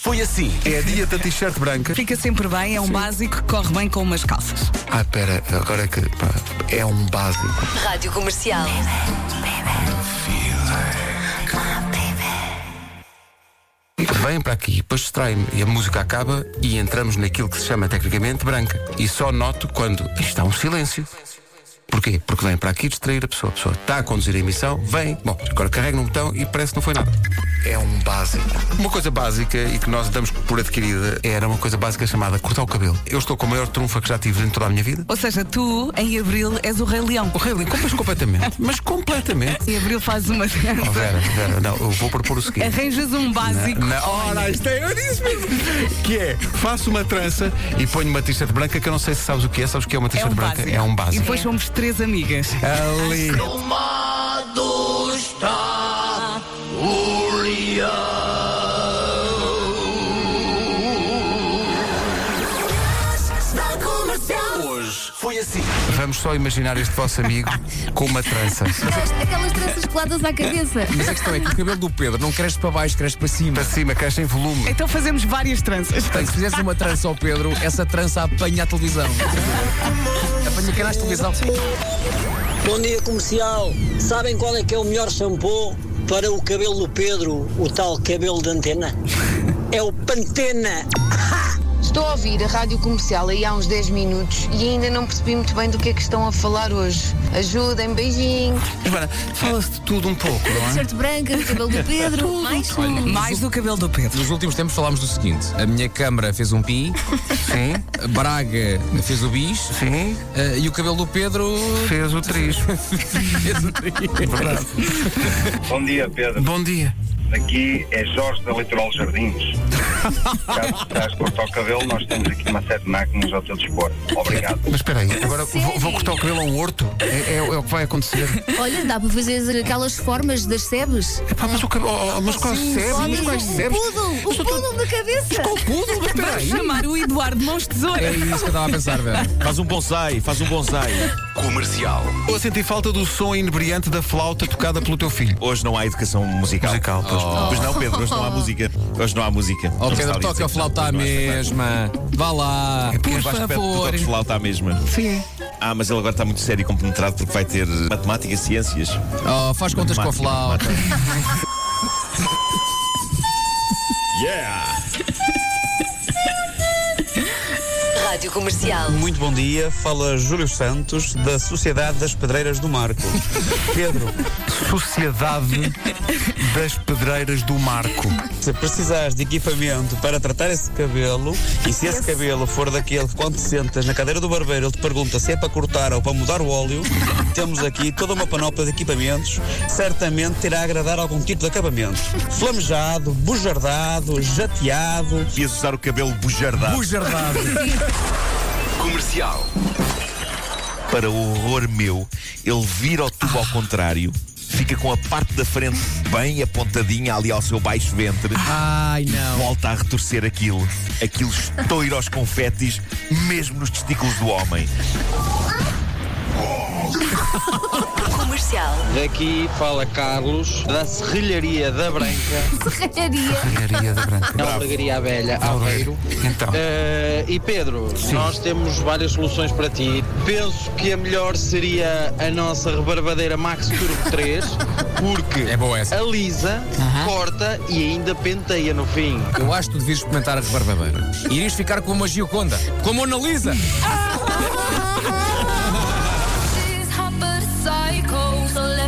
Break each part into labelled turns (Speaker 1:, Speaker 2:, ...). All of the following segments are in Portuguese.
Speaker 1: Foi assim.
Speaker 2: É dia da t-shirt branca.
Speaker 3: Fica sempre bem, é um básico que corre bem com umas calças.
Speaker 2: Ah, pera, agora é que. pá, é um básico.
Speaker 4: Rádio Comercial.
Speaker 5: Vem para aqui, depois distrai-me e a música acaba e entramos naquilo que se chama tecnicamente branca. E só noto quando está um silêncio. Porquê? Porque vem para aqui distrair a pessoa. A pessoa está a conduzir a emissão, vem, bom, agora carrega no botão e parece que não foi nada.
Speaker 2: É um básico.
Speaker 5: Uma coisa básica e que nós damos por adquirida era uma coisa básica chamada cortar o cabelo. Eu estou com a maior trunfa que já tive em toda a minha vida.
Speaker 3: Ou seja, tu, em abril, és o Rei Leão.
Speaker 5: O Rei Leão, mas completamente, mas completamente.
Speaker 3: Em abril fazes uma.
Speaker 5: Oh, Vera, Vera, não, eu vou propor o seguinte.
Speaker 3: Arranjas um básico.
Speaker 5: Na hora, isto é, eu disse mesmo. Que é, faço uma trança e ponho uma t-shirt branca que eu não sei se sabes o que é, sabes o que é uma
Speaker 3: É
Speaker 5: t-shirt
Speaker 3: um
Speaker 5: branca?
Speaker 3: básico.
Speaker 5: É um
Speaker 3: E
Speaker 5: básico.
Speaker 3: depois somos três amigas.
Speaker 5: Ali.
Speaker 1: Hoje foi assim.
Speaker 5: Vamos só imaginar este vosso amigo com uma trança.
Speaker 4: Aquelas tranças coladas à cabeça.
Speaker 6: Mas a questão é que o cabelo do Pedro não cresce para baixo, cresce para cima. É
Speaker 5: Para cima, cresce em volume.
Speaker 3: Então fazemos várias tranças.
Speaker 6: Portanto, se fizesse uma trança ao Pedro, essa trança apanha a televisão. Apanha canais de televisão.
Speaker 7: Bom dia comercial. Sabem qual é que é o melhor shampoo para o cabelo do Pedro, o tal cabelo de antena? É o Pantena.
Speaker 8: Estou a ouvir a rádio comercial aí há uns 10 minutos e ainda não percebi muito bem do que é que estão a falar hoje. Ajudem, beijinho.
Speaker 5: Joana, fala-se de tudo um pouco, não é?
Speaker 4: T-shirt branca, o cabelo do Pedro. Mais?
Speaker 3: Mais do cabelo do Pedro.
Speaker 6: Nos últimos tempos falámos do seguinte: a minha câmara fez um pi,
Speaker 5: Sim,
Speaker 6: a Braga fez o bis
Speaker 5: sim.
Speaker 6: eh, e o cabelo do Pedro
Speaker 5: Fez o triz.
Speaker 6: fez o tri.
Speaker 5: Verdade.
Speaker 9: Bom dia, Pedro.
Speaker 5: Bom dia.
Speaker 9: Aqui é Jorge da Litoral Jardins. Caso estás a cortar o cabelo, nós temos aqui uma série de máquinas ao teu dispor. Obrigado.
Speaker 5: Mas espera aí, agora vou, vou cortar o cabelo a um horto? É, é- é o que vai acontecer.
Speaker 4: Olha, dá para fazer aquelas formas das sebes.
Speaker 5: Epá, mas o cabelo. oh, oh, mas quais sebes? Mas quais
Speaker 4: o
Speaker 5: sebes?
Speaker 4: poodle, o poodle da cabeça.
Speaker 5: Qual pudo? Mas espera aí.
Speaker 3: Chamar o Eduardo Mãos
Speaker 6: É
Speaker 3: Tesoura.
Speaker 6: isso que eu estava a pensar, velho.
Speaker 1: Faz um bonsai, faz um bonsai. Comercial.
Speaker 5: Estou a sentir falta do som inebriante da flauta tocada pelo teu filho.
Speaker 1: Hoje não há educação musical.
Speaker 5: Musical, pois.
Speaker 1: Pois não, Pedro, hoje não há música. Hoje não há música.
Speaker 6: Ó Oh,
Speaker 1: Não
Speaker 6: Pedro,
Speaker 1: está
Speaker 6: toca a
Speaker 1: ali,
Speaker 6: flauta à
Speaker 1: não é espetacular.
Speaker 6: mesma. Vá lá, por
Speaker 1: Eu acho que Pedro, tu
Speaker 6: favor.
Speaker 1: tocas flauta à mesma.
Speaker 3: Sim.
Speaker 1: Ah, mas ele agora está muito sério e compenetrado porque vai ter matemática, ciências.
Speaker 6: Oh, faz contas com a flauta.
Speaker 1: Yeah!
Speaker 4: Rádio comercial.
Speaker 10: Muito bom dia, fala Júlio Santos da Sociedade das Pedreiras do Marco. Pedro,
Speaker 5: Sociedade das Pedreiras do Marco.
Speaker 10: se precisares de equipamento para tratar esse cabelo e se esse cabelo for daquele que quando te sentas na cadeira do barbeiro ele te pergunta se é para cortar ou para mudar o óleo, temos aqui toda uma panóplia de equipamentos, certamente te irá agradar algum tipo de acabamento. Flamejado, bujardado, jateado,
Speaker 1: Devias usar o cabelo bujardado
Speaker 6: Bujardado.
Speaker 1: comercial. Para o horror meu, ele vira o tubo ao contrário, fica com a parte da frente bem apontadinha ali ao seu baixo ventre,
Speaker 6: Ai, não.
Speaker 1: volta a retorcer aquilo. Aquilo estoura aos confetes, mesmo nos testículos do homem.
Speaker 4: Comercial.
Speaker 10: Daqui fala Carlos, da Serrilharia da Branca,
Speaker 4: Serralharia.
Speaker 5: Pedreira da Branca.
Speaker 10: na Albergaria Velha, Aveiro.
Speaker 5: Então.
Speaker 10: Eh, e Pedro, nós temos várias soluções para ti. Penso que a melhor seria a nossa rebarbadeira Max Turbo 3, porque
Speaker 6: É boa essa.
Speaker 10: alisa, corta e ainda penteia no fim.
Speaker 6: Eu acho que tu devias experimentar a rebarbadeira. Irias ficar com uma Gioconda, com a Mona Lisa.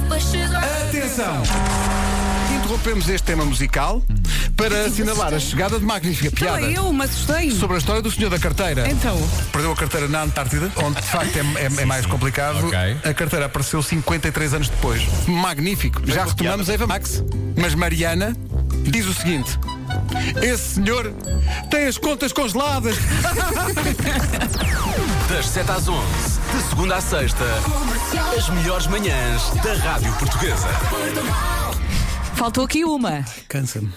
Speaker 5: Atenção! Interrompemos este tema musical para assinalar a chegada de magnífica
Speaker 3: Então
Speaker 5: piada
Speaker 3: é eu, me assustei.
Speaker 5: sobre a história do senhor da carteira.
Speaker 3: Então,
Speaker 5: Perdeu a carteira na Antártida, onde de facto é, é- é mais complicado.
Speaker 6: Ok.
Speaker 5: A carteira apareceu 53 anos depois. Magnífico. Já retomamos a Eva Max. Mas Mariana diz o seguinte: Esse senhor tem as contas congeladas.
Speaker 1: Das 7 às 11, de segunda à sexta, as melhores manhãs da Rádio Portuguesa.
Speaker 3: faltou aqui uma.
Speaker 5: Cansa-me.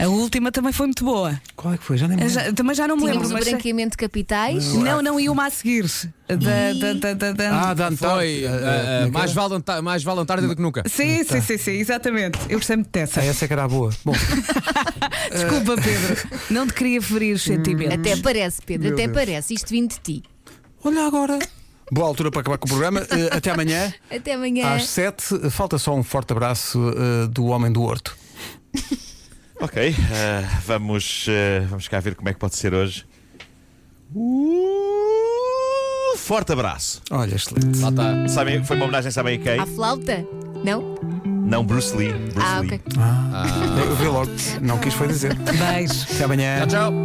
Speaker 3: A última também foi muito boa.
Speaker 6: Qual é que foi? Já nem me
Speaker 3: Eu
Speaker 6: lembro.
Speaker 3: já- também já não me lembro,
Speaker 4: Tínhamos o
Speaker 5: é-
Speaker 3: mas.
Speaker 4: branqueamento de capitais.
Speaker 3: Não, não, e uma a seguir. Da, da, da, da, da-
Speaker 6: Ah, Dan Foi. ah, ah, mais, vale Anta- mais vale Antártida do que nunca.
Speaker 3: Sim, sim, sim, sim, exatamente. Eu gostei muito dessa.
Speaker 6: Ah, essa é que era a boa. Bom,
Speaker 3: Desculpa, Pedro. Não te queria ferir os sentimentos.
Speaker 4: Até parece, Pedro, até parece. Isto vindo de ti.
Speaker 11: Olha agora.
Speaker 5: Boa altura para acabar com o programa. Eh, até amanhã,
Speaker 4: Até amanhã.
Speaker 5: às 7. Falta só um forte abraço eh, do Homem do Horto.
Speaker 1: Ok, ah, vamos, ah, vamos cá ver como é que pode ser hoje. Uh, forte abraço.
Speaker 5: Olha, excelente.
Speaker 6: lá está.
Speaker 1: Sabem, foi uma homenagem, sabem a quem?
Speaker 4: À flauta? Não?
Speaker 1: Não, Bruce Lee. Bruce
Speaker 4: Ah,
Speaker 1: Lee.
Speaker 4: ok.
Speaker 5: Eu vi logo. Não quis foi dizer.
Speaker 3: Beijo.
Speaker 5: Até amanhã.
Speaker 6: Tchau, tchau.